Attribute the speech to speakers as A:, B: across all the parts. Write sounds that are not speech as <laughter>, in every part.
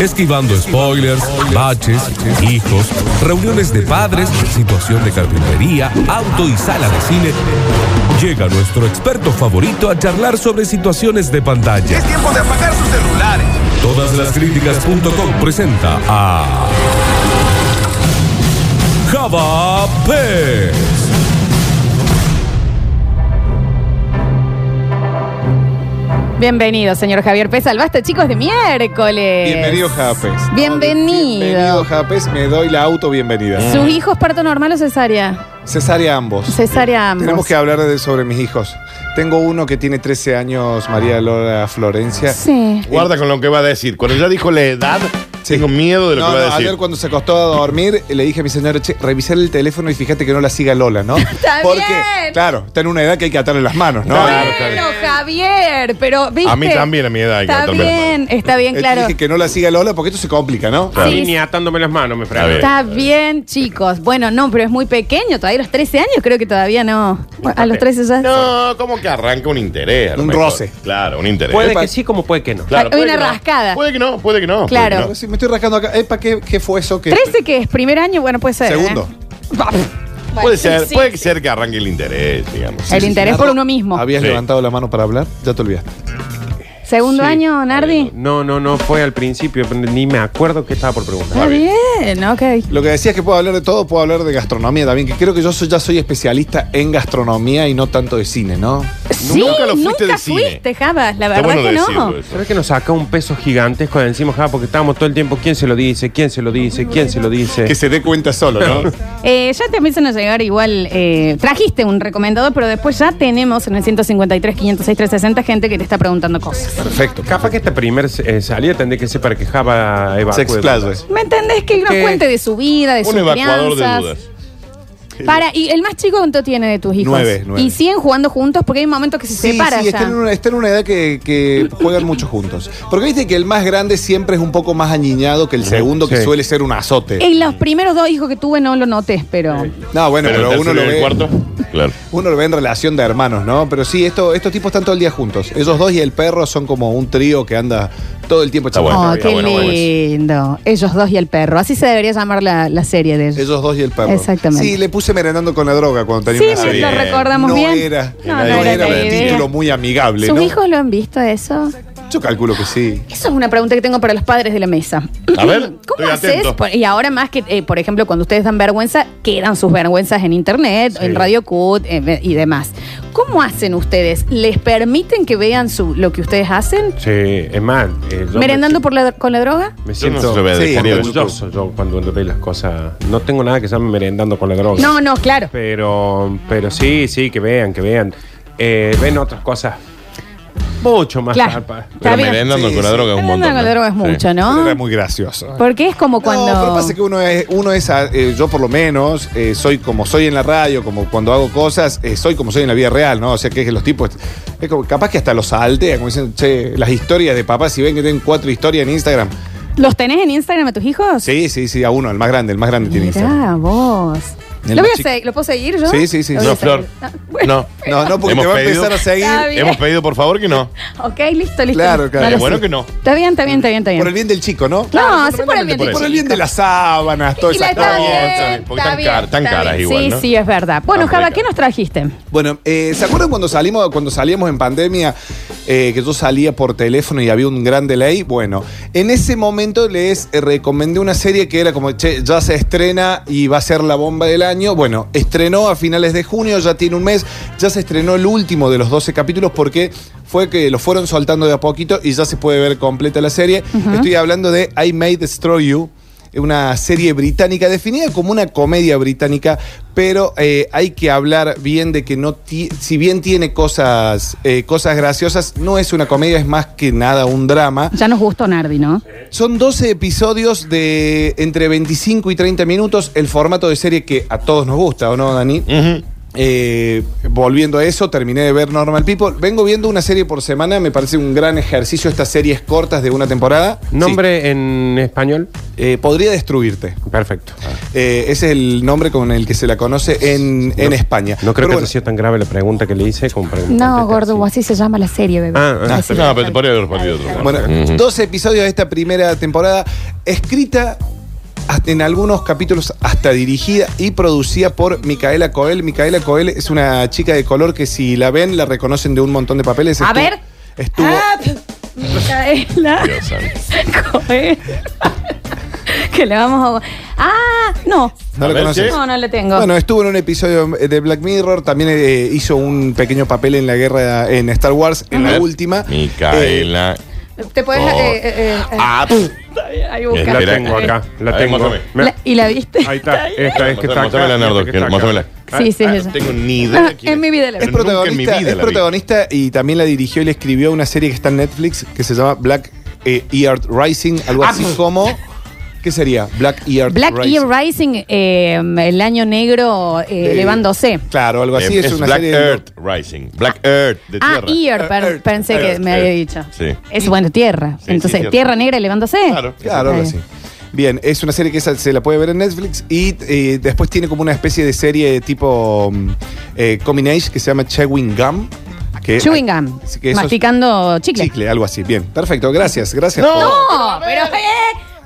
A: esquivando spoilers, baches, hijos, reuniones de padres, situación de carpintería, auto y sala de cine. Llega nuestro experto favorito a charlar sobre situaciones de pantalla.
B: Es tiempo de apagar sus celulares.
A: Todaslaskriticas.com presenta a Java Pez.
C: Bienvenido, señor Javier Pérez al Basta, chicos, de miércoles.
D: Bienvenido, Japes.
C: Bienvenido.
D: Bienvenido, Japes. Me doy la auto bienvenida.
C: ¿Sus hijos parto normal o cesárea?
D: Cesárea ambos.
C: Cesárea ambos.
D: Tenemos que hablar de, sobre mis hijos. Tengo uno que tiene 13 años, María Lola Florencia.
C: Sí.
E: Guarda con lo que va a decir. Cuando ya dijo la edad,
D: Eh, Sí.
E: tengo miedo de lo
D: No,
E: que va
D: no,
E: a decir.
D: ayer cuando se acostó a dormir, le dije a mi señora, che, revisar el teléfono y fíjate que no la siga Lola, ¿no?
C: <laughs> Está
D: Porque,
C: bien.
D: claro, está en una edad que hay que atarle las manos, ¿no?
E: Claro, está
C: Bueno, Javier, pero viste.
E: A mí también, a mi edad. hay que
C: Está
E: atarme las
C: bien,
E: manos.
C: está bien,
D: Eh,
C: claro.
D: Dije que no la siga Lola porque esto se complica, ¿no?
E: Claro.
C: Sí.
F: Y ni atándome las manos, me
E: A
F: frega.
E: ver.
C: Está bien, chicos. Bueno, no, pero es muy pequeño, todavía a los 13 años creo que todavía no. Bueno, a los 13 ya.
E: No, como que arranca un interés. a lo
D: Un
E: mejor.
D: roce.
E: Claro, un interés.
F: Puede
D: Epa.
F: que sí, como puede que no.
E: Claro,
C: Hay una
E: que no.
C: rascada.
E: Puede que no, puede que no.
C: Claro.
E: puede que no.
D: ah, Sí, me estoy rascando acá. Epa, ¿qué, qué fue eso? que
C: 13 que es primer año, bueno, puede ser. ¿eh?
D: Segundo.
C: Bueno,
E: puede ser,
C: sí,
E: puede
C: sí.
E: ser que arranque el interés, digamos.
C: El interés por uno mismo.
D: ¿Habías
E: Sí.
D: levantado la mano para hablar? Ya te olvidaste.
C: Segundo
F: Sí.
C: año, Nardi.
F: No, no, no fue al principio, pero ni me acuerdo qué estaba por preguntar.
C: Está bien, ok.
D: Lo que decía es que puedo hablar de todo, puedo hablar de gastronomía también, que creo que yo soy- ya soy especialista en gastronomía y no tanto de cine, ¿no?
C: Sí, nunca
E: Nunca lo fuiste de cine.
C: fuiste, Java, la
E: Está
C: verdad
E: bueno
C: que no.
E: decirlo eso.
F: ¿Sabes que nos saca un peso gigantesco de encima, Java? Porque estábamos todo el tiempo, ¿quién se lo dice? ¿Quién se lo dice? ¿Quién se lo
D: Que
F: dice?
D: se dé cuenta solo,
E: <laughs>
D: ¿no?
C: Eh, ya te empiezan a llegar igual, eh, trajiste un recomendador, pero después ya tenemos en el 153, 506, 360 gente que te está preguntando cosas.
D: Perfecto.
F: Capaz que esta primera salida tendría que ser para que Java evacúe.
D: Se explaye.
C: ¿Me entendés? Que nos
F: ¿Qué?
C: cuente de su vida, de
E: Un
C: sus
E: evacuador de
C: crianzas.
E: dudas.
C: Para, ¿y el más chico cuánto tiene de tus hijos?
D: Nueve, nueve.
C: ¿Y siguen jugando juntos? Porque hay momentos que se
D: Sí,
C: separan ya.
D: sí, está en, una, está en una edad que, que juegan mucho juntos. Porque viste que el más grande siempre es un poco más añiñado que el segundo, que
F: Sí.
D: suele ser un azote.
C: En los primeros dos hijos que tuve no lo noté, pero...
D: No, bueno,
E: Pero
D: pero,
E: el
D: uno lo
E: tercero y
D: ve.
E: el cuarto. Claro.
D: Uno lo ve en relación de hermanos, ¿no? Pero sí, esto, estos tipos están todo el día juntos. Ellos dos y el perro son como un trío que anda todo el tiempo
E: Está
D: charlando.
E: bueno.
C: oh,
E: está
C: qué
E: bueno, bueno.
C: lindo. Ellos dos y el perro. Así se debería llamar la, la serie de ellos.
D: Ellos dos y el perro.
C: Exactamente.
D: Sí, le puse merendando con la droga cuando tenía
C: Sí,
D: una
C: lo
D: serie.
C: recordamos
D: no
C: bien.
D: Era,
C: No,
D: no,
E: no era
D: era
E: la
D: un
C: idea.
D: título muy amigable,
C: ¿Sus
D: ¿no?
C: hijos lo han visto eso?
D: Yo calculo que sí.
C: Eso es una pregunta que tengo para los padres de la mesa. <clears throat>
E: A ver, estoy
C: ¿cómo haces?
E: atento.
C: por- Y ahora más que, eh, por ejemplo, cuando ustedes dan vergüenza, quedan sus vergüenzas en internet, en Radio Cut eh, y demás. ¿Cómo hacen ustedes? ¿Les permiten que vean su- lo que ustedes hacen?
F: Sí, es más. eh, yo me-
C: ¿Merendando por la, con la droga?
F: Me
E: Yo no
F: siento
E: se lo voy a
D: Sí,
E: dejar ir.
F: orgulloso yo cuando doy las cosas. No tengo nada que se llame merendando con la droga.
C: No, no, claro.
F: Pero, pero sí, sí, que vean, que vean. Eh, ven otras cosas mucho más
C: Claro.
F: zarpas.
C: Está
E: Pero
C: bien.
E: merendando
D: Sí,
E: con la
D: sí.
E: droga es un
C: Merendando
E: montón.
C: con la droga es
E: Sí.
C: mucho,
D: Pero
C: ¿no?
D: Era muy gracioso.
C: Porque es como cuando...
D: No, pero pasa que uno es, uno es a- eh, yo por lo menos, eh, soy como soy en la radio, como cuando hago cosas, eh, soy como soy en la vida real, ¿no? O sea que los tipos, es como, capaz que hasta los saltea, como dicen, che, las historias de papá, si ven que tienen cuatro historias en Instagram.
C: ¿Los tenés en Instagram a tus hijos?
D: Sí, sí, sí, a uno, el más grande, el más grande tiene Instagram.
C: Mirá vos.
D: El
C: ¿Lo, voy
D: más
C: a
D: chico.
C: se- ¿Lo puedo seguir yo?
D: Sí, sí, sí.
C: Lo voy a
E: No, Flor.
C: seguir. Ah, bueno.
E: No.
D: No, no, porque
E: Hemos
D: te va a
E: pedido-
D: empezar a seguir.
C: Está bien.
E: Hemos pedido, por favor, que no.
C: Ok, listo, listo.
D: Claro, claro.
C: No lo
E: Es bueno
C: sé.
E: que no.
C: Está bien, está bien, está bien, está bien.
D: Por el bien del chico, ¿no?
C: No, sí, por el bien
E: por
C: del
E: eso.
D: Por
C: chico.
D: el bien de las sábanas, todo
C: Y la
D: eso.
C: está
E: bien, está
C: bien,
E: bien, porque
C: está
E: tan car-
C: bien,
E: tan
C: está
E: caras
C: bien.
E: igual,
C: Sí,
E: ¿no?
C: sí, es verdad. Bueno,
E: Ah,
C: Java,
E: muy
C: ¿qué nos trajiste?
D: Bueno, eh, ¿se acuerdan cuando salimos, cuando salíamos en pandemia, eh, que yo salía por teléfono y había un gran delay? Bueno, en ese momento les eh, recomendé una serie que era como, che, ya se estrena y va a ser la bomba del año. Bueno, estrenó a finales de junio, ya tiene un mes, ya se estrenó el último de los 12 capítulos porque fue que lo fueron soltando de a poquito y ya se puede ver completa la serie. Estoy hablando de I May Destroy You una serie británica definida como una comedia británica, pero eh, hay que hablar bien de que no, ti- si bien tiene cosas, eh, cosas graciosas, no es una comedia, es más que nada un drama.
C: Ya nos gustó Nardi, ¿no?
D: Son 12 episodios de entre 25 y 30 minutos, el formato de serie que a todos nos gusta, ¿o no, Dani?
E: Ujú.
D: Eh, volviendo a eso, terminé de ver Normal People. Vengo viendo una serie por semana, me parece un gran ejercicio estas series cortas de una temporada. Sí.
F: Nombre en español.
D: Eh, podría destruirte.
E: Ah,
F: Perfecto.
D: Eh, ese es el nombre con el que se la conoce en, en España.
F: No
D: Pero
F: creo que
D: bueno,
F: haya sido tan grave la pregunta que le hice como para que me
C: No,
F: conteste
C: gordo,
F: así.
C: así se llama la serie, bebé.
F: Este Ah, ah,
C: Así.
E: No, pero te podría haber respondido otro. ¿no?
D: Bueno,
E: Ujú.
D: dos episodios de esta primera temporada, escrita hasta- en algunos capítulos hasta dirigida y producida por Micaela Coel. Micaela Coel es una chica de color que si la ven la reconocen de un montón de papeles.
C: A ver.
D: Estuvo,
C: Ah, Micaela.
D: <laughs>
E: Dios santo.
C: Coel. <laughs> que le vamos a. Ah, no.
D: no
E: A
D: la
E: ver,
D: conoces.
E: ¿qué?
C: No, no le tengo.
D: Bueno, estuvo en un episodio de Black Mirror, también eh, hizo un pequeño papel en la guerra en Star Wars, en
E: A
D: la
E: ver,
D: última. Eh,
E: Micaela.
C: Te puedes.
E: Oh.
C: eh, eh, eh,
E: Ah,
C: ahí buscar.
E: Espera,
F: La tengo
E: eh.
F: acá,
E: A
F: la
E: ver,
F: tengo.
E: muéstrame.
F: Me-
C: La- ¿Y la viste?
F: Ahí está, esta es que
E: Muéstrame,
F: está acá.
E: muéstramela, Nardo,
F: esta que está
E: que- muéstramela.
F: acá.
C: Sí, sí,
E: ah,
C: es
E: no
C: esa.
E: tengo ni
C: <laughs>
E: idea. de quién
C: en mi vida la
D: Es
E: Pero nunca en mi
D: protagonista,
E: vida
D: es
E: la vi.
D: protagonista y también la dirigió y la escribió una serie que está en Netflix que se llama Black eh, Earth Rising, algo así como. ¿Qué sería? Black Earth
C: Black
D: Rising.
C: Ear Rising, eh, el año negro eh,
D: Eh,
C: elevándose.
D: Claro, algo así.
E: Eh,
D: es, una
E: Black
D: serie. de-
E: Earth Rising. Black Earth, de
C: Ah,
E: tierra.
C: Ear,
D: Eh,
C: per-
D: Earth,
C: pensé que
E: Earth,
C: me había
E: Earth.
C: dicho.
E: Sí.
C: Es bueno, tierra.
E: Sí,
C: Entonces,
E: sí, tierra.
C: tierra negra elevándose.
E: Claro.
D: Claro, algo
C: Está
D: así. Bien, es una serie que esa- se la puede ver en Netflix y eh, después tiene como una especie de serie tipo mm, eh, Coming Age que se llama Chewing Gum. Que
C: Chewing gum.
D: Eh, Así que eso es-
C: Masticando chicle.
D: Chicle, algo así. Bien, perfecto. Gracias, gracias.
E: No.
D: por-
C: No, pero, eh,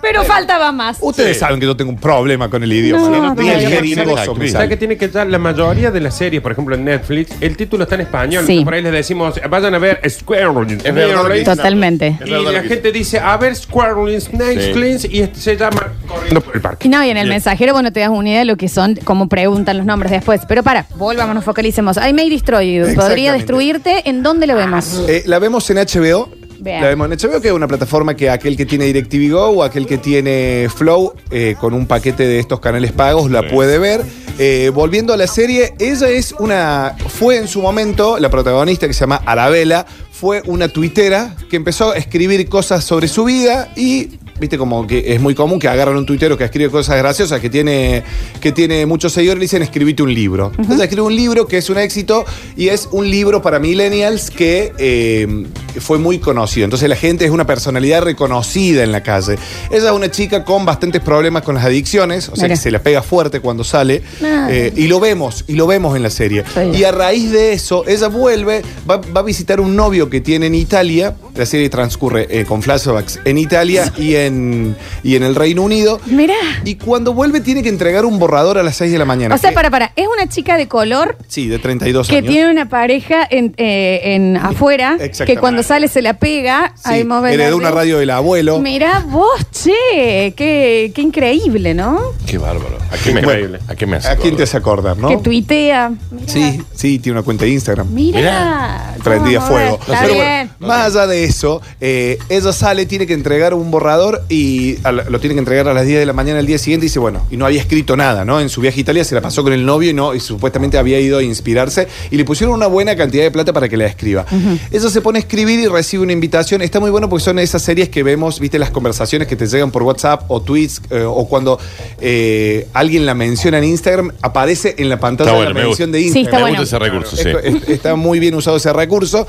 C: pero faltaba más.
D: Ustedes saben que yo tengo un problema con el idioma.
C: No,
D: Ni el
F: pero-
D: jeringoso me
E: Sí.
F: ¿Sabes
D: sale.
F: que tiene que estar la mayoría de las series, por ejemplo en Netflix, el título está en español?
C: Sí.
F: Por ahí les decimos, vayan a ver Squirrel.
E: Es verdad que-
C: Totalmente.
E: Es
F: Y
E: verdad
F: la
E: que-
F: gente dice, a ver, Squirrel, Snakes,
E: Sí.
F: Cleans, y este se llama Corriendo por el
C: Y
F: Parque.
C: no, y en el
E: Bien.
C: mensajero vos no te das una idea de lo que son, cómo preguntan los nombres después. Pero para, volvámonos, focalicemos. I may destroy you. Podría
D: Exactamente.
C: destruirte. ¿En dónde lo vemos?
D: Eh, la vemos en HBO.
C: Bien.
D: La vemos en HBO, que es una plataforma que aquel que tiene DirecTV Go o aquel que tiene Flow, eh, con un paquete de estos canales pagos, la
E: Sí.
D: puede ver. Eh, volviendo a la serie, ella es una. Fue en su momento, la protagonista que se llama Arabella, fue una tuitera que empezó a escribir cosas sobre su vida y. Viste, como que es muy común que agarran un tuitero que escribe cosas graciosas, que tiene, que tiene muchos seguidores, y le dicen escribite un libro. Entonces escribe un libro que es un éxito y es un libro para millennials que eh, fue muy conocido. Entonces la gente es una personalidad reconocida en la calle. Ella es una chica con bastantes problemas con las adicciones, o sea
C: Mira.
D: que se la pega fuerte cuando sale.
C: Ah.
D: eh, y lo vemos, y lo vemos en la serie.
C: Sí.
D: Y a raíz de eso, ella vuelve, va, va a visitar un novio que tiene en Italia. La serie transcurre eh, con flashbacks en Italia y en, y en el Reino Unido.
C: Mirá.
D: Y cuando vuelve tiene que entregar un borrador a las 6 de la mañana.
C: O sea,
D: Que-
C: para, para, es una chica de color
D: Sí, de 32
C: que
D: años.
C: tiene una pareja en, eh, en afuera que
D: Exactamente.
C: cuando sale se la pega.
D: Sí,
C: Ahí mueve la-
D: heredó una radio del abuelo.
C: Mirá vos, che, qué, qué increíble, ¿no?
E: Qué bárbaro. ¿A qué me,
F: Increíble.
E: ¿a qué me hace
D: ¿A quién te
E: acordar?
D: hace acordar, no?
C: Que tuitea. Mirá.
D: Sí, sí, tiene una cuenta de Instagram.
C: Mirá.
D: prendida
C: Vamos,
D: fuego.
C: Está
D: Pero bueno,
C: bien.
D: más allá de eso, eh, ella sale, tiene que entregar un borrador y a la- lo tiene que entregar a las 10 de la mañana el día siguiente y dice, bueno, y no había escrito nada, ¿no? En su viaje a Italia se la pasó con el novio y no, y supuestamente había ido a inspirarse y le pusieron una buena cantidad de plata para que la escriba. Ella se pone a escribir y recibe una invitación. Está muy bueno porque son esas series que vemos, viste, las conversaciones que te llegan por WhatsApp o tweets eh, o cuando eh, alguien la menciona en Instagram, aparece en la pantalla
E: Está bueno,
D: la
E: me gusta.
D: mención de
C: Sí,
D: Instagram.
C: está
E: Me
C: bueno.
E: gusta ese recurso, sí.
D: Esto- es- está muy bien usado ese recurso.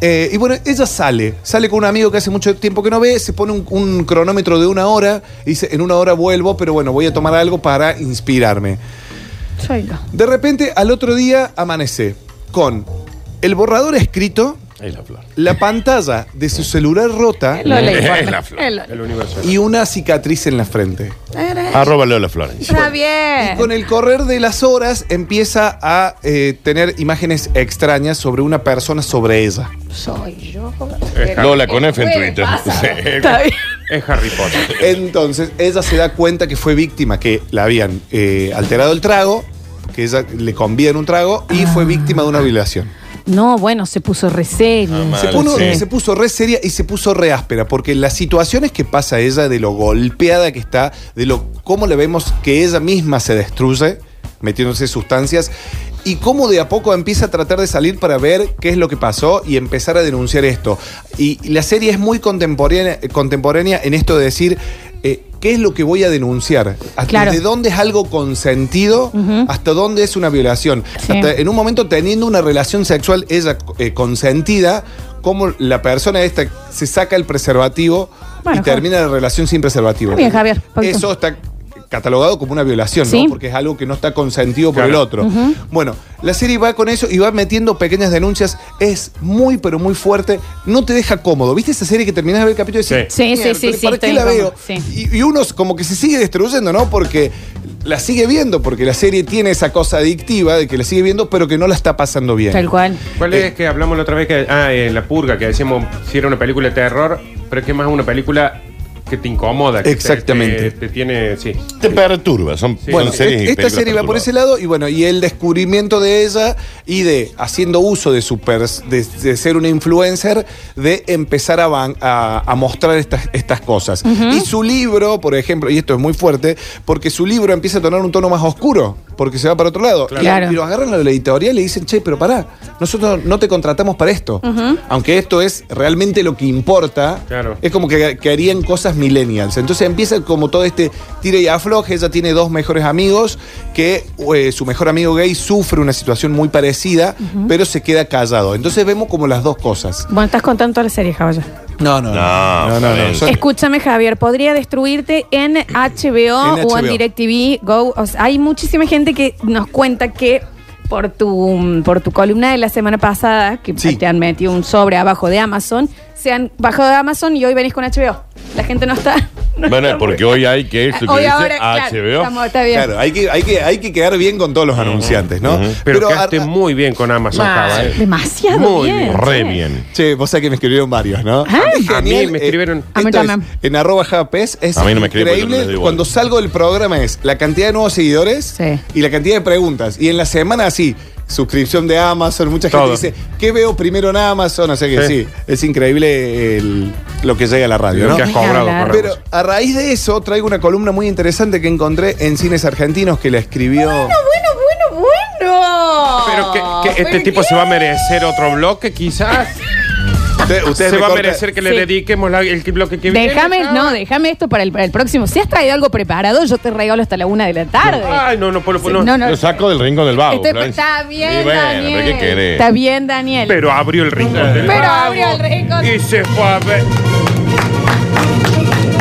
D: Eh, y bueno, ella sale, sale con un amigo que hace mucho tiempo que no ve, se pone un, un cronómetro de una hora, y dice, en una hora vuelvo, pero bueno, voy a tomar algo para inspirarme.
C: Soy yo.
D: De repente, al otro día, amanece con el borrador escrito,
E: Ahí la flor.
D: la pantalla de su celular rota
C: Lo leí.
E: Es la flor.
C: El-
F: El universo.
D: y una cicatriz en la frente.
E: Arroba Lola Flores.
C: Está
D: Ah, Y con
C: bien.
D: el correr de las horas empieza a eh, tener imágenes extrañas sobre una persona, sobre ella.
C: Soy yo.
E: Lola con F en Twitter. Sí.
C: Está bien.
F: Es Harry Potter.
D: Entonces ella se da cuenta que fue víctima, que la habían eh, alterado el trago, que ella le convida en un trago y fue víctima de una violación.
C: No, bueno, se puso re serio.
E: Ah, mal.
D: Se,
E: Claro,
D: puso-
E: sí.
D: se puso re seria y se puso re áspera, porque las situaciones que pasa ella, de lo golpeada que está, de lo cómo le vemos que ella misma se destruye metiéndose sustancias y cómo de a poco empieza a tratar de salir para ver qué es lo que pasó y empezar a denunciar esto. Y la serie es muy contemporánea, contemporánea en esto de decir... eh, ¿Qué es lo que voy a denunciar? ¿Hasta
C: Claro.
D: ¿De dónde es algo consentido? ¿Hasta dónde es una violación?
C: Sí.
D: Hasta- en un momento teniendo una relación sexual ella eh, consentida, como la persona esta se saca el preservativo
C: Bueno,
D: y termina la relación sin preservativo.
C: Está bien, Javier, punto.
D: Eso está catalogado como una violación,
C: Sí.
D: ¿no? Porque es algo que no está consentido por
F: Claro.
D: el otro. Bueno, la serie va con eso y va metiendo pequeñas denuncias. Es muy, pero muy fuerte. No te deja cómodo. ¿Viste esa serie que terminas de ver el capítulo y decís,
C: Sí. Sí, sí, sí,
D: "Miércoles,
C: sí,
D: ¿Para
C: estoy
D: qué la
C: incómodo,
D: veo?
C: sí.
D: Y, y uno como que se sigue destruyendo, ¿no? Porque la sigue viendo, porque la serie tiene esa cosa adictiva de que la sigue viendo, pero que no la está pasando bien.
C: Tal cual.
F: ¿Cuál
D: Eh.
F: es que hablamos la otra vez? Que, ah, en La Purga, que decíamos si era una película de terror, pero es que es más una película que te incomoda. que te-
D: Exactamente.
F: Te, te tiene, sí.
E: Te perturba. Son, son
D: Bueno,
E: series y
D: et- esta
E: películas
D: serie va por
E: perturbadoras.
D: ese lado y bueno, y el descubrimiento de ella y de, haciendo uso de su pers- de, de ser una influencer, de empezar a, van- a- a mostrar estas, estas cosas. Y su libro, por ejemplo, y esto es muy fuerte, porque su libro empieza a tomar un tono más oscuro, porque se va para otro lado. Y-
C: Claro.
D: Y, lo agarran a la editorial y le dicen, che, pero pará, nosotros no te contratamos para esto. Aunque esto es realmente lo que importa,
F: Claro.
D: es como que, que harían cosas millennials. Entonces empieza como todo este tira y afloje. Ella tiene dos mejores amigos que eh, su mejor amigo gay sufre una situación muy parecida, pero se queda callado. Entonces vemos como las dos cosas.
C: Bueno, estás contando toda la serie, Javier.
D: No, no,
E: No,
D: no, no, no,
E: Florencia.
D: son-
C: Escúchame, Javier, podría destruirte en HBO,
D: En
C: o en
D: HBO.
C: DirecTV Go. O sea, hay muchísima gente que nos cuenta que por tu, por tu columna de la semana pasada, que
D: Sí.
C: te han metido un sobre abajo de Amazon, se han bajado de Amazon y hoy venís con HBO. La gente no está. no
E: Bueno,
C: está
E: porque
C: muy-
E: hoy hay que
C: Hoy
E: suscribirse
C: ahora,
E: a
C: claro,
E: HBO.
C: estamos- está bien.
D: Claro, hay que, hay, que, hay que quedar bien con todos los anunciantes, ¿no?
F: Pero,
D: Pero
F: quedaste
D: a-
F: muy bien con Amazon, Java,
C: Mal.
F: ¿eh?
C: Demasiado
F: Muy
C: bien.
F: bien,
E: Re
C: che.
E: bien.
D: Che, vos sabés que me escribieron varios, ¿no? Es
F: A mí
D: genial,
F: me
D: eh,
F: escribieron-
D: esto
C: Ah, A mí
D: es,
C: también.
D: en arroba japes es
E: A mí no me escriben porque yo no
D: increíble.
E: les doy bola.
D: Cuando salgo del programa es la cantidad de nuevos seguidores
C: Sí.
D: y la cantidad de preguntas. Y en la semana así, suscripción de Amazon, mucha
F: Todo.
D: gente dice, ¿qué veo primero en Amazon? O sea que sí,
F: Sí.
D: es increíble el- lo que llega a la radio,
F: Lo
D: Ah, ¿no?
F: que has
C: Ni
F: cobrado
C: hablar.
F: por
D: Pero
F: Amazon.
D: a raíz de eso traigo una columna muy interesante que encontré en Cines Argentinos que la escribió...
C: Bueno, bueno, bueno.
F: Pero que, que este
C: Pero
F: tipo
C: Oh, bien.
F: se va a merecer otro bloque, quizás.
D: Usted- ustedes
F: se
D: me
F: va a
D: cortan-
F: merecer que le
C: Sí.
F: dediquemos la- el bloque que viene.
C: Déjame,
F: Java.
C: no, déjame esto para el, para el próximo. Si has traído algo preparado, yo te regalo hasta la una de la tarde.
F: Ay, no, no, Polo, Polo,
C: Sí,
F: no.
E: Lo saco del rincón del vago.
C: Estoy-
E: Florencia.
C: Este está bien,
E: Y bueno,
C: Daniel.
E: ¿pero qué querés?
C: Está bien, Daniel.
F: Pero abrió el rincón del
C: Pero
F: vago
C: abrió el rincón.
F: Y se fue a ver.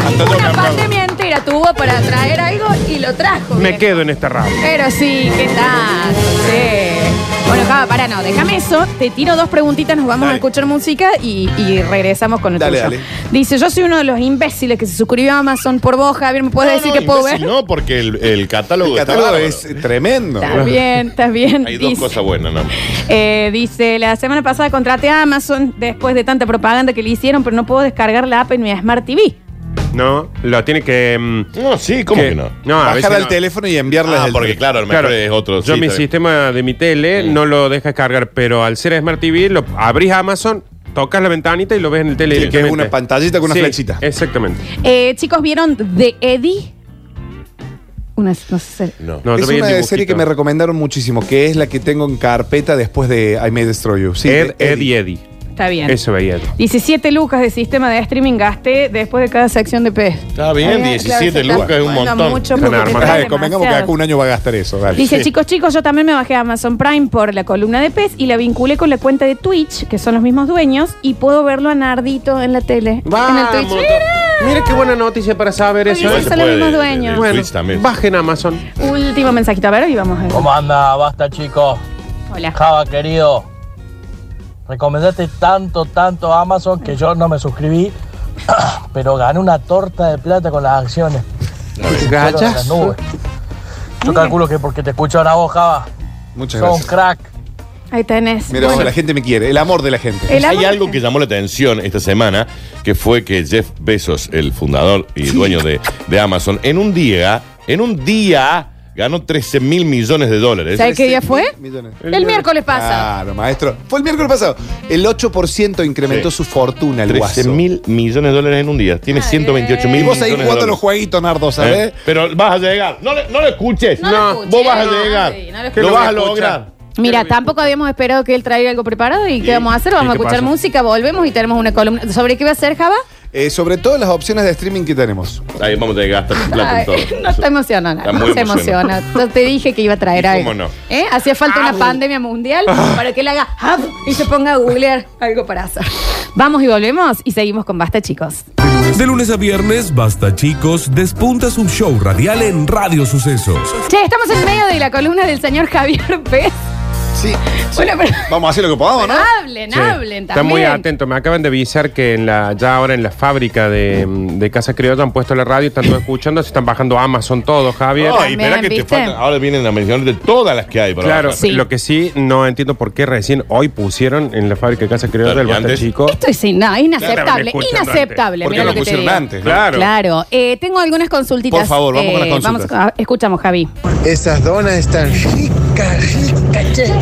E: Hasta yo me
C: Una
E: aplaudo.
C: pandemia entera tuvo para traer algo y lo trajo.
F: Me
C: viejo.
F: quedo en esta rama.
C: Pero sí, ¿qué tal? Sí. Bueno, Java, para no, déjame eso. Te tiro dos preguntitas, nos vamos a
E: Dale.
C: escuchar música y, y regresamos con el
D: Dale,
C: tuyo.
D: dale.
C: Dice, yo soy uno de los imbéciles que se suscribió a Amazon por vos, Javier. ¿Me puedes
E: No,
C: decir
E: no,
C: que puedo ver?
E: imbécil, No, porque el, el catálogo,
D: El
E: está
D: catálogo
E: bárbaro.
D: es tremendo.
C: Está bien, está bien.
E: Hay dos
C: Dice-
E: cosas buenas, ¿no?
C: Eh, dice, la semana pasada contraté a Amazon después de tanta propaganda que le hicieron, pero no puedo descargar la app en mi Smart TV.
F: No, lo tiene que. mm,
E: No, sí, ¿cómo que, no?
F: No, a veces
D: Bajar al
F: no.
D: teléfono y enviarles
E: Ah,
D: el-
E: porque claro, a lo mejor
F: Claro,
E: es otro. Mm.
F: Yo
E: sí,
F: mi
E: está bien.
F: sistema de mi tele no lo deja cargar, pero al ser Smart TV, lo abrís Amazon, tocas la ventanita y lo ves en el tele.
D: Sí, que es
F: directamente.
D: una pantallita con una
F: Sí,
D: flechita.
F: Exactamente.
C: Eh, Chicos, ¿vieron The Eddie? Una, no sé.
E: No.
F: No, yo
D: es
F: veía el
D: una
F: dibujito.
D: serie que me recomendaron muchísimo, que es la que tengo en carpeta después de I May Destroy You. Sí,
F: Ed,
D: de
F: Ed y
D: Eddie.
F: Eddie.
C: Está bien.
F: Eso veía yo.
C: 17 lucas de sistema de streaming gasté después de cada sección de PS.
E: Está bien, 17
C: claro,
E: lucas es un
C: bueno,
E: montón.
C: mucho,
F: Están
C: porque te
F: armando.
C: trae
D: Dale, convengamos que
C: demasiado.
D: acá un año va a gastar eso. dale.
C: Dice, chicos, chicos, yo también me bajé a Amazon Prime por la columna de PES y la vinculé con la cuenta de Twitch, que son los mismos dueños, y puedo verlo a Nardito en la tele. en el
F: Vamos.
C: Twitch. ¡Mira!
F: Mira qué buena noticia para saber
C: Muy
F: eso.
C: bien.
E: Igual
F: ¿eh?
E: se
C: son los
E: puede
C: mismos
E: de- de-
C: dueños.
E: de
F: Bueno,
E: Twitch también.
F: bajen Amazon.
C: Último mensajito, a ver, y vamos a ver.
G: ¿Cómo anda? Basta, chicos.
C: Hola.
G: Java, querido. Recomendaste tanto, tanto Amazon que yo no me suscribí, <clears throat> pero gané una torta de plata con las acciones. Fueron de las
F: Gallas.
G: nubes. Yo calculo que porque te escucho ahora vos, Java.
D: Muchas
G: Sos un
D: gracias.
G: crack.
C: Ahí tenés.
D: Mira,
C: Bueno,
D: la gente me quiere, el amor de la gente.
C: el amor-
E: Hay algo que llamó la atención esta semana, que fue que Jeff Bezos, el fundador y dueño de, de Amazon, en un día, en un día, ganó 13 mil millones de dólares.
C: ¿Sabes qué día fue?
D: Millones.
C: El miércoles pasado.
D: Claro, maestro. Fue el miércoles pasado. El 8% incrementó
E: Sí.
D: su fortuna, el
E: 13
D: guaso.
E: mil millones de dólares en un día. Tiene 128 mil
D: Y
E: millones
D: vos
E: de
D: ahí jugando los
E: dólares.
D: jueguitos, Nardo, ¿sabés?
E: ¿Eh? Pero vas a llegar. No, le- no lo escuches.
C: No lo escuché,
E: vos vas a
C: no,
E: llegar.
C: sí, no lo
E: lo,
C: escuché.
E: vas a
F: Lo voy a escuchar.
E: lograr.
C: Mira, tampoco habíamos esperado que él traiga algo preparado y ¿qué vamos a hacer?
F: ¿Y
C: Vamos a
F: qué
C: escuchar
F: pasó?
C: música, volvemos y tenemos una columna. ¿Sobre qué va a ser, Java?
D: Eh, sobre todo las opciones de streaming que tenemos.
E: Ahí vamos a llegar hasta plata
C: Ay,
E: en todo.
C: <laughs> no está emocionada.
E: Está
C: no
E: muy
C: se emociona.
E: emocionada.
C: Yo te dije que iba a traer
E: ¿Y
C: algo.
E: cómo no? Ah.
C: ¿Eh? Hacía falta una pandemia mundial para que él haga ah, y se ponga a googlear algo para hacer. Vamos y volvemos y seguimos con Basta, chicos.
A: De lunes a viernes, Basta Chicos despunta su show radial en Radio Sucesos.
C: Che, estamos en medio de la columna del señor Javier Pérez.
D: Sí.
C: Bueno, pero-
D: Vamos a hacer lo que podamos, ¿no?
C: Hablen,
F: Sí.
C: hablen también.
F: Están muy atentos. Me acaban de avisar que en la, ya ahora en la fábrica de, de Casa Criolla han puesto la radio, están todos escuchando, se están bajando Amazon todos, Javier.
E: No, y espera que te
C: ¿viste?
E: faltan- Ahora vienen a mencionar de todas las que hay. para
F: Claro,
E: bajar.
C: Sí.
F: lo que sí no entiendo por qué recién hoy pusieron en la fábrica de Casa Criolla
E: Claro,
F: el
E: y
F: Basta
E: antes-
F: Chico.
C: Esto es in- no,
F: Estaban
C: inaceptable,
F: escuchando
C: inaceptable.
D: Porque
C: Mira
D: no
C: lo que
D: lo
C: te
D: pusieron
C: digo.
D: antes. ¿no?
F: Claro.
C: Claro, Eh, tengo algunas consultitas.
D: Por favor, vamos con las
C: vamos-
D: consultas.
C: ah, escuchamos, Javi.
H: Esas donas están ricas, ricas, che.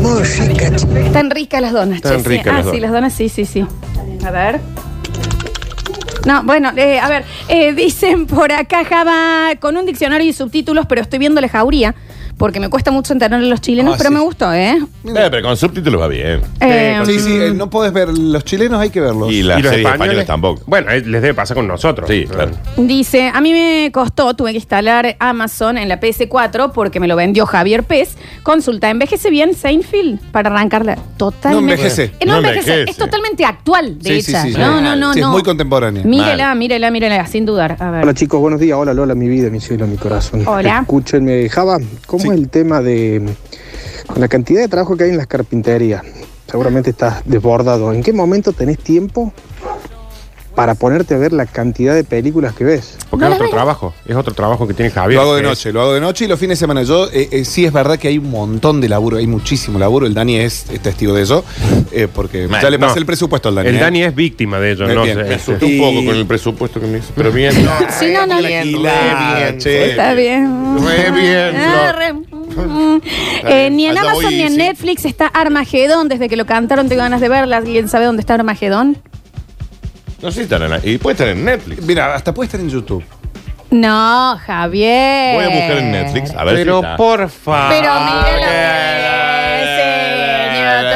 H: Muy ricas, che.
C: Están ricas las donas.
F: Están
C: che, sí.
F: ricas
C: ah, sí,
F: las donas.
C: las donas, sí, sí, sí. A ver. No, bueno, eh, a ver, eh, dicen por acá Java con un diccionario y subtítulos, pero estoy viendo la jauría, porque me cuesta mucho entender a los chilenos,
D: Ah,
C: pero
D: sí.
C: me gustó, ¿eh?
E: Eh, pero con subtítulos va bien.
C: Eh,
D: Sí, sí, eh, no podés ver. Los chilenos hay que verlos.
E: Y las series españolas tampoco.
F: Bueno, eh, les debe pasar con nosotros.
E: Sí, claro.
C: Dice, a mí me costó, tuve que instalar Amazon en la PS4 porque me lo vendió Javier Pez. Consulta, ¿envejece bien Seinfeld? Para arrancarla. Totalmente.
D: No envejece.
C: Eh, no,
E: No
C: envejece.
E: envejece.
C: Es totalmente actual, de
D: Sí, sí,
C: hecho.
D: sí, sí.
C: no, no, no,
D: Sí, es
C: no.
D: muy contemporánea.
C: Mírela,
E: Mal.
C: mírela, mírela, sin dudar. A ver.
I: Hola chicos, buenos días. Hola Lola, mi vida, mi cielo, mi corazón.
C: Hola.
I: Escúchenme, Java, ¿cómo es el tema de con la cantidad de trabajo que hay en las carpinterías? Seguramente estás desbordado. ¿En qué momento tenés tiempo para ponerte a ver la cantidad de películas que ves?
F: Porque
C: No
F: es
C: las
F: otro
C: ves.
F: trabajo. Es otro trabajo que tiene Javier.
D: Lo hago de
F: que es-
D: noche, lo hago de noche y los fines de semana. Yo eh, eh, sí es verdad que hay un montón de laburo, hay muchísimo laburo. El Dani es, es testigo de eso, eh, porque
E: Mal,
D: ya le pasé
F: no.
D: el presupuesto al Dani.
F: El
D: ¿eh?
F: Dani es víctima de ello,
D: Eh,
F: no
D: bien,
F: sé. este,
E: Me asusté
D: Y-
E: un poco con el presupuesto que me hizo. Pero bien.
C: Sí, no, no, no.
D: Tranquila,
E: Re bien,
D: che.
C: Está bien.
E: Re bien,
C: Ah,
E: Flor.
C: re- mm.
E: Está
C: Eh,
E: bien.
C: ni en
E: Hasta
C: Amazon
E: hoy,
C: ni en
E: sí.
C: Netflix está Armagedón. Desde que lo cantaron tengo ganas de verla. ¿Alguien sabe dónde está Armagedón?
E: No sé si estará en la- Y puede estar en Netflix.
D: Mira, hasta puede estar en YouTube.
C: No, Javier.
E: Voy a buscar en Netflix. A ver
F: Pero
E: si está.
F: por favor.
C: Pero míralo
E: Eh,
C: bien, señor.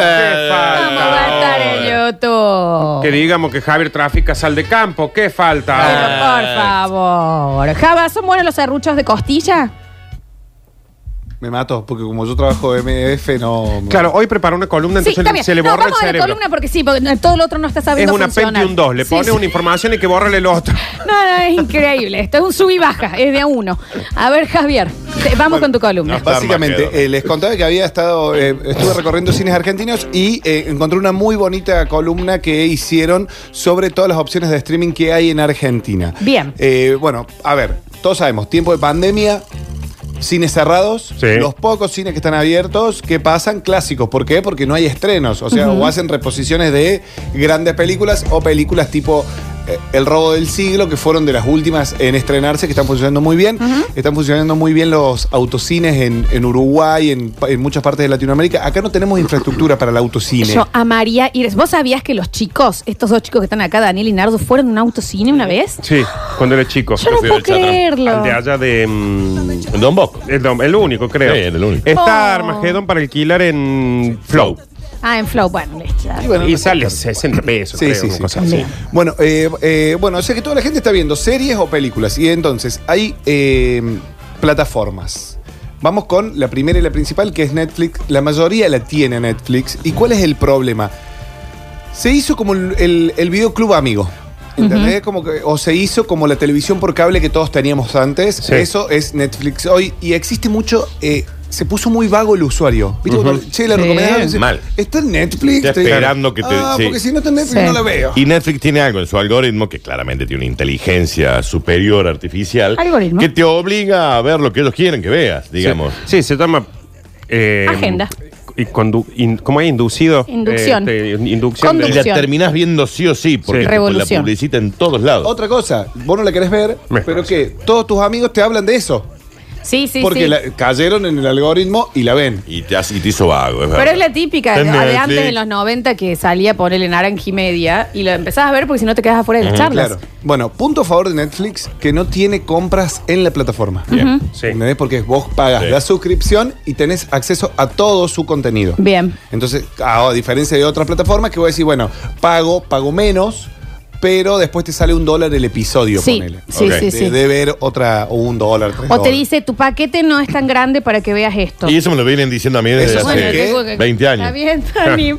E: eh,
C: ¿Cómo va a estar en YouTube?
F: Que digamos que Javier trafica sal de campo. ¿Qué
C: Pero
F: falta?
C: por favor. Java, ¿son buenos los serruchos de costilla?
D: Me mato, porque como yo trabajo MF, no.
F: Claro, hoy preparó una columna,
C: Sí,
F: entonces
C: está bien.
F: se le
C: no,
F: borró el
C: vamos a la
F: cerebro.
C: columna porque sí, porque todo lo otro no está
F: Es
C: sabiendo
F: una
C: funcionar.
F: Pentium 2. Le
C: Sí,
F: pone
C: sí.
F: una información y que borra el
C: <laughs>
F: otro.
C: No, no, es increíble. Esto es un sub y baja, es de a uno. A ver, Javier, te- vamos con tu columna.
E: no.
D: Básicamente,
E: Armagedón.
D: eh, les contaba que había estado, eh, estuve recorriendo cines argentinos y eh, encontré una muy bonita columna que hicieron sobre todas las opciones de streaming que hay en Argentina.
C: Bien.
D: Eh, bueno, a ver, todos sabemos, tiempo de pandemia. Cines cerrados,
F: Sí.
D: los pocos cines que están abiertos, que pasan clásicos. ¿Por qué? Porque no hay estrenos. O sea, o hacen reposiciones de grandes películas o películas tipo eh, El robo del siglo, que fueron de las últimas en estrenarse, que están funcionando muy bien. Están funcionando muy bien los autocines en, en Uruguay, en, pa- en muchas partes de Latinoamérica. Acá no tenemos infraestructura para el autocine.
C: Yo amaría ir. ¿Vos sabías que los chicos, estos dos chicos que están acá, Daniel y Nardo, fueron a un autocine una vez?
F: Sí, cuando era chico.
C: Yo no
E: fui
C: puedo
E: del Chatrán.
C: creerlo.
F: Al de allá de. mm,
E: Don Bosco.
F: el, dom- el único, creo.
E: Sí, el único.
F: Está
C: Oh.
F: Armagedón para alquilar en Flow.
C: Ah, en Flow, bueno, listo.
F: y sale 60 pesos,
D: Sí,
F: creo,
D: sí,
F: una
D: sí.
F: cosa así.
D: Bueno, eh, eh, bueno, o sea que toda la gente está viendo series o películas. Y entonces hay eh, plataformas. Vamos con la primera y la principal, que es Netflix. La mayoría la tiene Netflix. ¿Y cuál es el problema? Se hizo como el, el, el videoclub amigo. ¿Entendés? como que, o se hizo como la televisión por cable que todos teníamos antes.
F: Sí.
D: Eso es Netflix hoy. Y existe mucho. eh, se puso muy vago el usuario. ¿Viste? Cuando, che, la
C: Sí.
D: recomendás.
E: Mal.
D: Está en Netflix.
E: Está
D: Estoy-
E: esperando que te-
D: Ah,
E: sí.
D: porque si no está en Netflix
C: Sí.
D: no la veo.
E: Y Netflix tiene algo en su algoritmo que claramente tiene una inteligencia superior artificial
C: Algoritmo.
E: que te obliga a ver lo que ellos quieren que veas, digamos.
F: Sí, sí, se llama. eh,
C: Agenda.
F: Y condu- in- ¿Cómo es? Inducido.
C: Inducción.
F: Eh, este, inducción. de-
E: Y
C: Conducción.
E: la terminás viendo sí o sí, porque te-
F: Sí.
E: la
C: Revolución.
E: publicita en todos lados.
D: Otra cosa, vos no la querés ver,
F: Me
D: pero
F: parece.
D: que todos tus amigos te hablan de eso.
C: Sí, sí,
D: porque
C: sí.
D: la- cayeron en el algoritmo y la ven.
E: Y te, hace- y te hizo vago, es verdad.
C: Pero es la típica de,
E: Está en
C: de
E: Netflix.
C: antes, en los 90, que salía por el naranja y media y lo empezabas a ver porque si no te quedas afuera de las charlas.
D: Claro. Bueno, punto a favor de Netflix que no tiene compras en la plataforma.
E: Bien.
F: Sí.
D: ¿Entendés? Porque vos pagas
E: Sí.
D: la suscripción y tenés acceso a todo su contenido.
C: Bien.
D: Entonces, a, a diferencia de otras plataformas que voy a decir, bueno, pago, pago menos, pero después te sale un dólar el episodio,
C: Sí,
D: ponele.
C: sí,
E: Ok.
C: sí,
D: De,
C: sí.
D: de ver otra, o un dólar, tres
C: O te
D: dólares.
C: dice, tu paquete no es tan grande para que veas esto.
E: Y eso me lo vienen diciendo a mí desde
D: Eso
E: hace
D: bueno,
C: tengo que-
E: 20 años.
C: Está bien,
E: <laughs>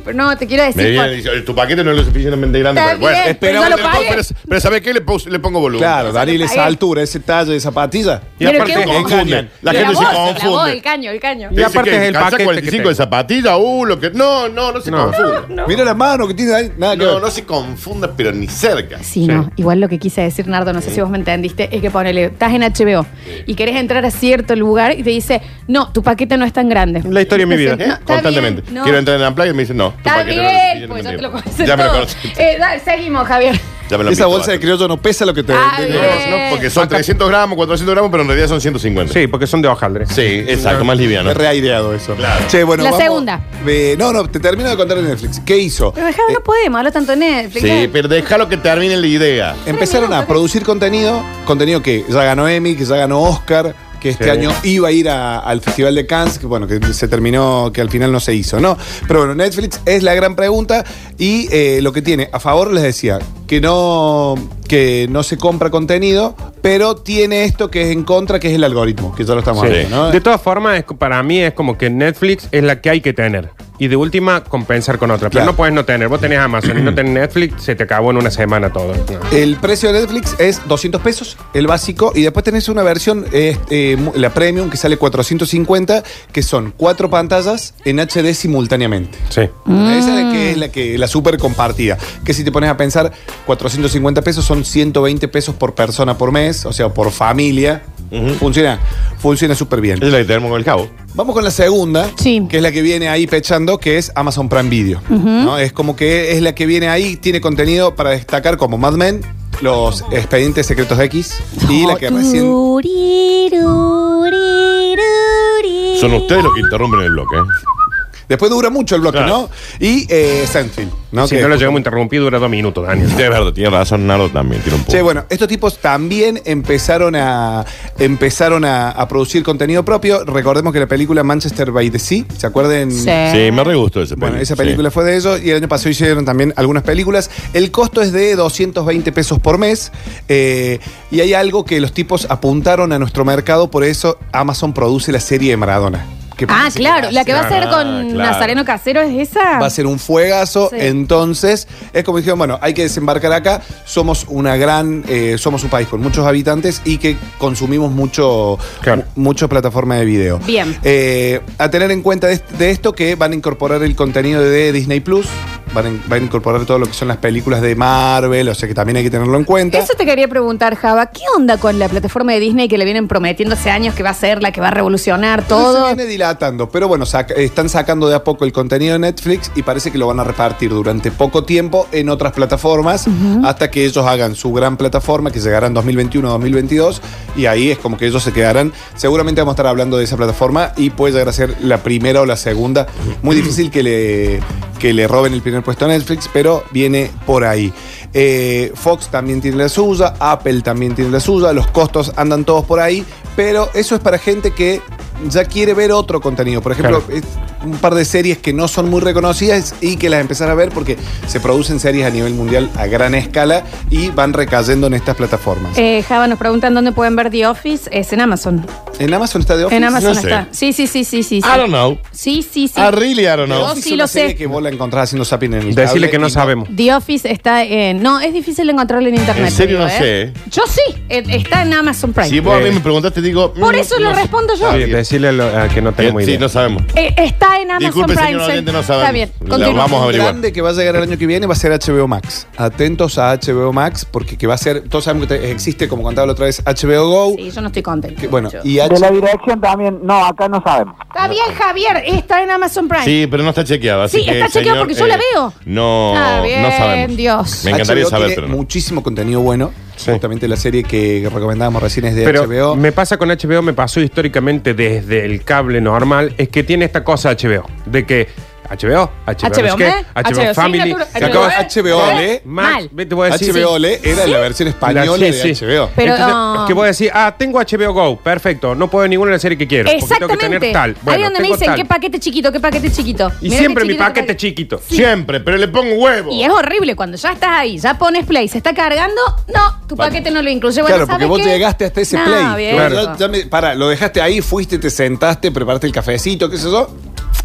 C: Tani, pero No, te quiero
E: Me
C: decir.
E: vienen diciendo, tu paquete no es lo suficientemente grande.
C: Está
E: pero bueno,
C: bien,
E: espera,
C: pero ya lo
E: pero,
C: pagué.
E: pero- pero ¿sabes qué? Le, pos- le pongo volumen.
D: Claro, Daniel, esa
C: pagué.
D: altura, ese tallo de zapatilla.
E: Y
C: Pero
E: aparte
C: qué
E: se
C: bueno.
E: confunden. La
C: La,
E: gente "Oh, se
C: voz, la voz, el
E: confunde.
C: caño, el caño.
E: Dice
F: aparte
E: que
F: es el
E: calza
F: paquete que
E: 45 de
F: tengo.
E: zapatilla, uh, lo que. No, no, no se
F: No.
E: confunda. No,
D: Mira la mano que tiene ahí. Nada que
E: no,
D: ver.
E: se confunda, pero ni cerca.
C: Sí, no. Igual lo que quise decir, Nardo, no sé si vos me entendiste, es que ponele, estás en HBO y querés entrar a cierto lugar y te dice, no, tu paquete no es tan grande.
F: La historia de mi vida.
E: ¿Eh?
C: No, está
E: Constantemente.
C: bien, no.
E: Quiero entrar en la playa y me dicen no. tu
C: Está
E: paquete no es
C: bien,
E: lo
C: pues yo te lo conozco.
E: suficientemente grande. Ya me lo
C: todo.
E: conocí.
C: Eh, dale, seguimos, Javier.
E: Ya me lo han
D: Esa
E: visto
D: bolsa de
E: antes.
D: criollo no pesa lo que te.
C: Ah,
D: te-
E: No,
C: bien.
E: no, porque son 300 gramos, 400 gramos, pero en realidad son 150.
F: Sí, porque son de hojaldre.
E: Sí, exacto, más liviano.
D: Es reaireado eso.
E: Claro.
D: Che, bueno,
C: La
D: vamos-
C: segunda.
D: Eh, no, no, te termino de contar en Netflix. ¿Qué hizo?
C: Pero dejá, no podemos, hablo tanto en Netflix.
E: Eh, Sí, pero déjalo que termine la idea.
D: Empezaron a producir contenido, contenido que ya ganó Emmy, que ya ganó Oscar, que este
F: Sí.
D: año iba a ir a- al Festival de Cannes, que bueno, que se terminó, que al final no se hizo, ¿no? Pero bueno, Netflix es la gran pregunta y eh, lo que tiene a favor, les decía, que no, que no se compra contenido, pero tiene esto que es en contra, que es el algoritmo, que ya lo estamos
F: Sí.
D: hablando, ¿no? eh.
F: De todas formas, es- para mí es como que Netflix es la que hay que tener. Y de última, compensar con otra. Pero
D: Claro.
F: no puedes no tener. Vos tenés Amazon y no tenés Netflix, se te acabó en una semana todo. No.
D: El precio de Netflix es 200 pesos, el básico, y después tenés una versión, eh, eh, mu- la premium, que sale 450, que son cuatro pantallas en HD simultáneamente.
F: Sí.
D: Esa es la que es la, que, la super compartida. Que si te pones a pensar, 450 pesos son 120 pesos por persona por mes, o sea, por familia. Funciona, funciona súper bien.
E: Es la que tenemos con el cabo.
D: Vamos con la segunda,
C: Sí.
D: que es la que viene ahí pechando, que es Amazon Prime Video. ¿no? Es como que es la que viene ahí, tiene contenido para destacar como Mad Men, los expedientes secretos de X y la que
C: Oh,
D: recién...
E: Son ustedes los que interrumpen el bloque. ¿eh?
D: Después dura mucho el bloque, ¿no?
E: Claro.
D: Y eh, Seinfeld, ¿no?
F: Si
D: Que-
F: no lo llegamos a interrumpir, dura dos minutos, Daniel.
E: Sí, es verdad, tiene razón, Nardo también tiene un punto.
D: Che, bueno, estos tipos también empezaron a empezaron a, a producir contenido propio. Recordemos que la película Manchester by the Sea, ¿se acuerdan?
C: Ah,
E: Sí, me re gustó ese
D: Bueno, esa película fue de ellos y el año pasado hicieron también algunas películas. El costo es de 220 pesos por mes eh, y hay algo que los tipos apuntaron a nuestro mercado, por eso Amazon produce la serie de Maradona. que
C: Ah,
D: parece que
C: claro, la que va a ser
E: Ah,
C: con
E: claro.
C: Nazareno Casero es esa.
D: Va a ser un fuegazo,
C: Sí.
D: entonces es como dijeron, bueno, hay que desembarcar acá, somos una gran, eh, somos un país con muchos habitantes y que consumimos mucho,
F: Claro.
D: mu- mucho plataforma de video.
C: Bien.
D: Eh, a tener en cuenta de, de esto que van a incorporar el contenido de Disney Plus, van a, in- van a incorporar todo lo que son las películas de Marvel, o sea que también hay que tenerlo en cuenta.
C: Eso te quería preguntar, Java. ¿Qué onda con la plataforma de Disney que le vienen prometiendo hace años que va a ser la que va a revolucionar
D: Se
C: todo?
D: viene dilatando, pero bueno, saca- están sacando de a poco el contenido de Netflix y parece que lo van a repartir durante poco tiempo en otras plataformas hasta que ellos hagan su gran plataforma que llegará en 2021-2022 y ahí es como que ellos se quedarán. Seguramente vamos a estar hablando de esa plataforma y puede llegar a ser la primera o la segunda. Muy difícil que le, que le roben el primer puesto a Netflix, pero viene por ahí. Eh, Fox también tiene la suya, Apple también tiene la suya, los costos andan todos por ahí, pero eso es para gente que ya quiere ver otro contenido. Por ejemplo, es un par de series que no son muy reconocidas y que las empezar a ver porque se producen series a nivel mundial a gran escala y van recayendo en estas plataformas.
C: Eh, Java nos preguntan dónde pueden ver The Office. Es en Amazon.
D: en Amazon está de Office.
C: en Amazon
E: no sé.
C: está. Sí, sí, sí, sí, sí. sí.
E: I don't know.
C: Sí, sí, sí.
E: I really I don't
D: The
E: know.
C: Yo
D: Office
C: sí
D: es una
C: lo
D: serie
C: sé.
D: que vos la encontrás haciendo zapping en el
F: Decirle
D: cable
F: que no
D: y
F: sabemos.
C: The Office está en. No, es difícil encontrarlo en internet.
E: En serio
C: te digo,
E: no
C: ¿eh? Yo sí, eh, está en Amazon Prime.
E: Si vos a mí me preguntaste, digo. mm,
C: Por eso lo respondo yo.
E: Está
F: Sí,
E: bien.
F: decirle a, lo- a que no tenemos
E: Sí,
F: idea.
E: no sabemos.
C: Eh, está en Amazon
E: Disculpe,
C: Prime.
E: señor
C: sí.
E: oyente, no sabemos.
C: está bien,
E: La
C: continúa.
E: vamos a averiguar.
D: grande que va a llegar el año que viene va a ser HBO Max. Atentos a HBO Max porque que va a ser, todos sabemos que te- existe, como contaba la otra vez, HBO Go.
C: Sí, yo no estoy contenta.
D: que, bueno,
C: Yo-
D: y
J: De la
D: H-
J: dirección también, no, acá no sabemos.
C: Está bien, Javier, está en Amazon Prime.
E: Sí, pero no está chequeada. así
C: Sí,
E: que,
C: está chequeado
E: señor, eh,
C: porque yo la veo.
E: No,
C: Está bien,
E: no sabemos.
C: Dios.
E: Me encantaría
D: HBO
E: saber,
D: tiene
E: pero no.
D: muchísimo contenido bueno. Justamente la serie que recomendábamos recién es de
F: Pero
D: HBO.
F: me pasa con HBO, me pasó históricamente desde el cable normal, es que tiene esta cosa HBO, de que HBO,
C: HBO,
F: HBO, ¿qué?
C: ¿eh?
F: HBO,
C: HBO
F: Family.
C: Signature,
F: Se acaba-
D: HBO, ¿eh?
F: Max,
C: Mal.
F: ve, te voy a decir-
D: HBO ¿eh? era la versión española
F: La- sí,
D: de
F: sí.
D: HBO.
C: Pero,
F: Entonces,
C: ah.
F: que voy a decir, ah, tengo HBO Go, perfecto, no puedo ninguna de las series que quiero. porque tengo que tener
C: Exactamente.
F: tal.
C: Ahí
F: Bueno,
C: donde me
F: tengo
C: dicen
F: tal.
C: qué paquete chiquito, qué paquete chiquito.
F: Y
C: Mirá
F: siempre
C: qué
F: mi
C: chiquito, qué
F: paquete chiquito.
E: Siempre, pero le pongo huevo.
C: Y es horrible cuando ya estás ahí, ya pones play, se está cargando, no, tu paquete no lo incluye. Bueno,
D: claro, porque
C: ¿sabes
D: vos
C: qué?
D: llegaste hasta ese
C: No,
D: play.
C: viejo.
D: Claro. Ya- ya me- Pará, lo dejaste ahí, fuiste, te sentaste, preparaste el cafecito, qué sé yo,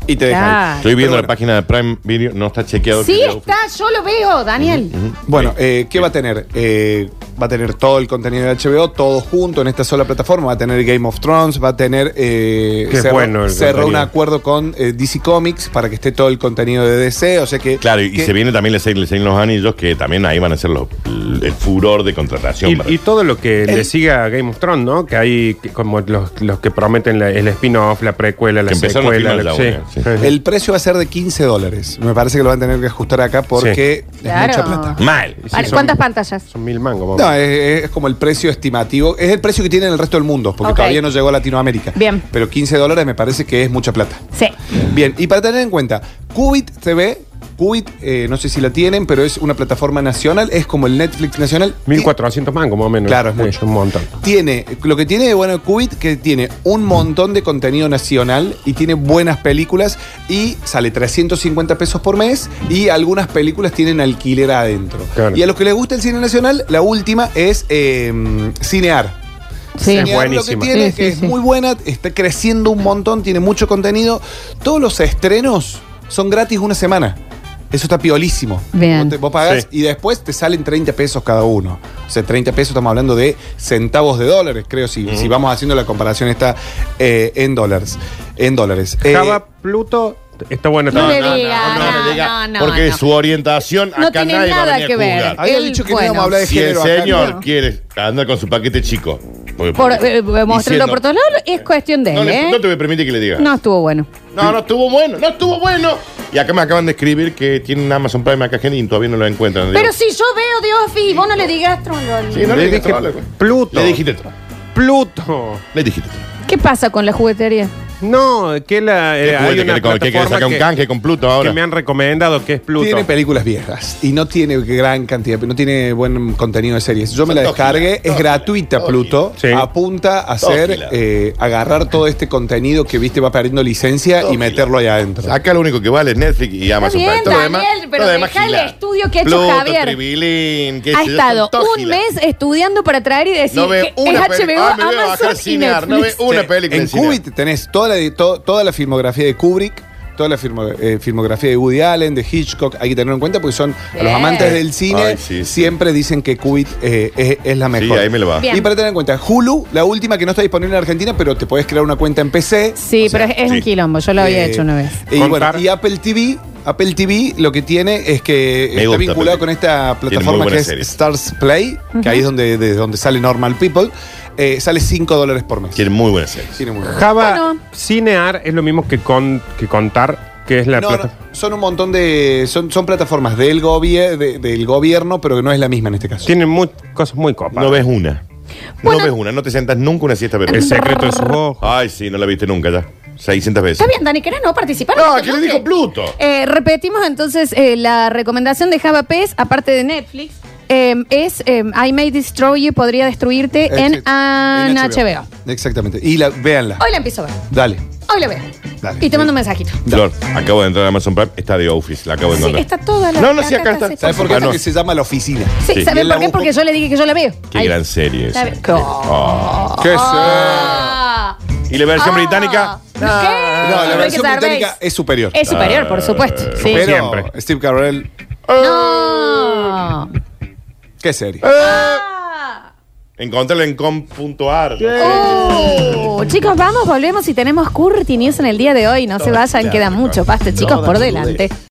D: y te dejaste.
C: Claro.
E: Estoy viendo
D: Pero
E: la página de Prime Video, no está chequeado. el
C: Sí
E: video.
C: está, yo lo veo, Daniel.
D: Bueno, eh, ¿qué va a tener? Eh, va a tener todo el contenido de HBO, todo junto en esta sola plataforma. Va a tener Game of Thrones, va a tener. Eh,
F: Qué bueno el
D: cerró un
F: contenido.
D: acuerdo con eh, DC Comics para que esté todo el contenido de DC. O sea que.
E: Claro, y
D: que-
E: se viene también el Señor el Señor de los Anillos, que también ahí van a ser los- el furor de contratación.
F: Y,
E: para-
F: y todo lo que le siga a Game of Thrones, ¿no? Que hay que- como los, los que prometen la- el spin-off, la precuela, la
E: Que empezaron
F: secuela.
E: los
F: la-
E: spin-off
F: sí.
E: ya,
D: El precio va a ser de 15 dólares. Me parece que lo van a tener que ajustar acá porque es
C: Claro.
D: mucha plata.
E: Mal.
F: Sí,
C: Vale,
F: son-
C: ¿Cuántas pantallas?
F: Son mil mangos.
D: No,
F: vamos.
D: es, es como el precio estimativo. Es el precio que tiene en el resto del mundo, porque
C: Ok.
D: todavía no llegó a Latinoamérica.
C: Bien.
D: Pero 15 dólares me parece que es mucha plata.
C: Sí.
D: Bien, y para tener en cuenta, Qubit TV, Qubit, eh, no sé si la tienen, pero es una plataforma nacional, es como el Netflix nacional.
F: 1400 mangos más o menos.
D: eh, Claro, es
F: Sí,
D: mucho.
F: un montón.
D: Tiene, lo que tiene de bueno Qubit, que tiene un montón de contenido nacional y tiene buenas películas y sale 350 pesos por mes y algunas películas tienen alquiler adentro.
F: Claro.
D: Y a los que les gusta el cine nacional, la última es eh, Cinear.
C: Sí.
D: Señal,
F: buenísima.
D: Lo que tiene
C: Sí, sí,
D: que es
C: sí.
D: muy buena, está creciendo un montón, tiene mucho contenido. Todos los estrenos son gratis una semana. Eso está piolísimo.
C: Bien.
D: Vos, te- vos pagás
F: Sí.
D: y después te salen 30 pesos cada uno. O sea, 30 pesos estamos hablando de centavos de dólares, creo, si, si vamos haciendo la comparación esta eh, en dólares. En dólares. Eh,
F: Java Pluto está buena
C: No
F: también.
C: le diga,
E: no,
C: no,
E: le diga,
C: no, no,
E: porque
C: no.
E: su orientación
C: No
E: acá
C: tiene
E: nadie va a
C: nada
E: venir a
C: que ver.
E: juzgar.
D: había
C: él-
D: dicho que
C: bueno.
D: no íbamos a hablar de
E: Si el
D: género. acá,
E: señor
D: ¿no?
E: quiere andar con su paquete chico, porque-
C: Por, eh, eh, mostrarlo
E: diciendo-
C: por todos lados es cuestión de
E: no,
C: él,
E: le-
C: ¿eh?
E: no te permite que le diga.
C: No estuvo bueno.
E: No, no estuvo bueno, no estuvo bueno. Y acá me acaban de escribir que tienen Amazon Prime acá gente y todavía no lo encuentran.
C: Pero
E: Digo,
C: si yo veo The Office y vos no le digas Trolloli.
E: sí, no le,
F: Le
E: dijiste
F: dije
E: troll, güey.
F: Pluto.
E: Le dijiste troll.
F: Pluto.
E: Le dijiste troll.
C: ¿Qué pasa con la juguetería?
F: No, que la. eh,
E: ¿Qué
F: hay
E: juguete
F: una
E: que le co- que quiere
F: plataforma
E: sacar un
F: que-
E: canje con Pluto
F: que
E: ahora?
F: me han recomendado que es Pluto.
D: Tiene películas viejas y no tiene gran cantidad, no tiene buen contenido de series. Yo me la
E: Son dos
D: descargué,
E: gilas,
D: es
E: dos
D: gratuita
E: gilas, dos
D: Pluto,
F: gilas. Sí.
D: apunta a
E: Dos
D: hacer,
E: gilas.
D: eh, agarrar todo este contenido que viste va perdiendo licencia
E: Dos
D: y meterlo allá adentro.
E: Acá lo único que vale es Netflix y Amazon
C: bien,
E: Prime. Todo lo
C: Daniel,
E: demás-
C: pero
E: todo lo demás
C: dejá el
E: gila.
C: estudio que ha hecho
E: Pluto,
C: Javier.
E: Tribilín, qué
C: Ha
E: sé yo, son
C: estado
E: todos
C: un
E: gilas.
C: mes estudiando para traer y decir
E: No veo
C: que es
E: una peli-
C: HBO,
E: Ah, me voy a bajar
C: Amazon y
E: Cinear, no
C: Netflix.
E: veo una
D: Sí.
E: película
D: En
E: de cine.
D: Qubit tenés toda la, to- toda la filmografía de Kubrick, toda la filmo- eh, filmografía de Woody Allen, de Hitchcock. Hay que tenerlo en cuenta porque son a los
C: Bien.
D: amantes del cine.
E: Ay, sí, sí.
D: Siempre dicen que Qubit eh, es, es la mejor.
E: Sí, ahí me lo va.
C: Bien.
D: Y para tener en cuenta, Hulu, la última que no está disponible en Argentina, pero te podés crear una cuenta en PC.
C: Sí,
D: O sea,
C: pero es, es
E: sí.
C: un quilombo, yo lo había
D: eh,
C: hecho una vez.
D: Y,
F: Contar.
D: bueno, y Apple TV. Apple TV lo que tiene es que
E: Me
D: está
E: gusta
D: vinculado
E: Apple TV.
D: con esta
E: Tiene muy
D: plataforma que
E: buenas
D: es
E: series.
D: Stars Play, que ahí es donde, de donde sale Normal People. eh, sale 5 dólares por mes.
E: Tiene muy buena serie.
D: Tiene muy bueno.
F: Java
C: Bueno.
F: Cinear es lo mismo que, con, que contar, que es la
D: No,
F: plata.
D: no, son un montón de. Son, son plataformas del, gobier- de- del gobierno, pero que no es la misma en este caso.
F: Tienen muy- cosas muy copas.
E: No ves una.
C: Bueno.
E: No ves una, no te sentas nunca una siesta pero
F: El secreto de sus ojos.
E: Ay, sí, no la viste nunca ya. 600 veces.
C: Está bien, Dani, ¿querés no participar?
E: No,
C: te
E: ¿qué le
C: enojes.
E: dijo Pluto?
C: Eh, repetimos entonces eh, la recomendación de Java Pez, aparte de Netflix, eh, es eh, I May Destroy You, podría destruirte en,
D: Exacto.
C: an-
D: Eh, En
C: HBO.
D: Exactamente. Y la, véanla.
C: Hoy la empiezo a ver,
D: Dale.
C: hoy la veo.
D: Dale.
C: y te mando un mensajito.
E: Flor, acabo de entrar a Amazon Prime, está de Office, la acabo de
C: Sí,
E: encontrar.
C: está toda la.
E: No, no, sí, acá está.
C: sí,
D: ¿Sabes por qué?
E: Ah, no.
D: Porque se llama La Oficina.
C: Sí, ¿sabes
D: Y
E: Sí.
C: por
D: la
C: qué?
D: busco-
C: Porque yo le dije que yo la veo.
E: Qué
C: Ahí.
E: gran serie
C: La
E: esa.
C: ve- Oh.
D: ¿Qué sé?
C: Ah.
E: ¿Y la versión británica?
C: ¿Qué? No,
D: No, la
C: hay que
D: versión
C: saber.
D: británica es superior.
C: Es superior, por supuesto. Sí.
D: pero
F: Siempre.
D: Steve Carell,
C: No.
D: qué serie.
E: Encontrarla en com.ar.
C: Oh, chicos, vamos, volvemos y tenemos Curti News en el día de hoy. No se vayan, queda mucho paste, chicos, por delante.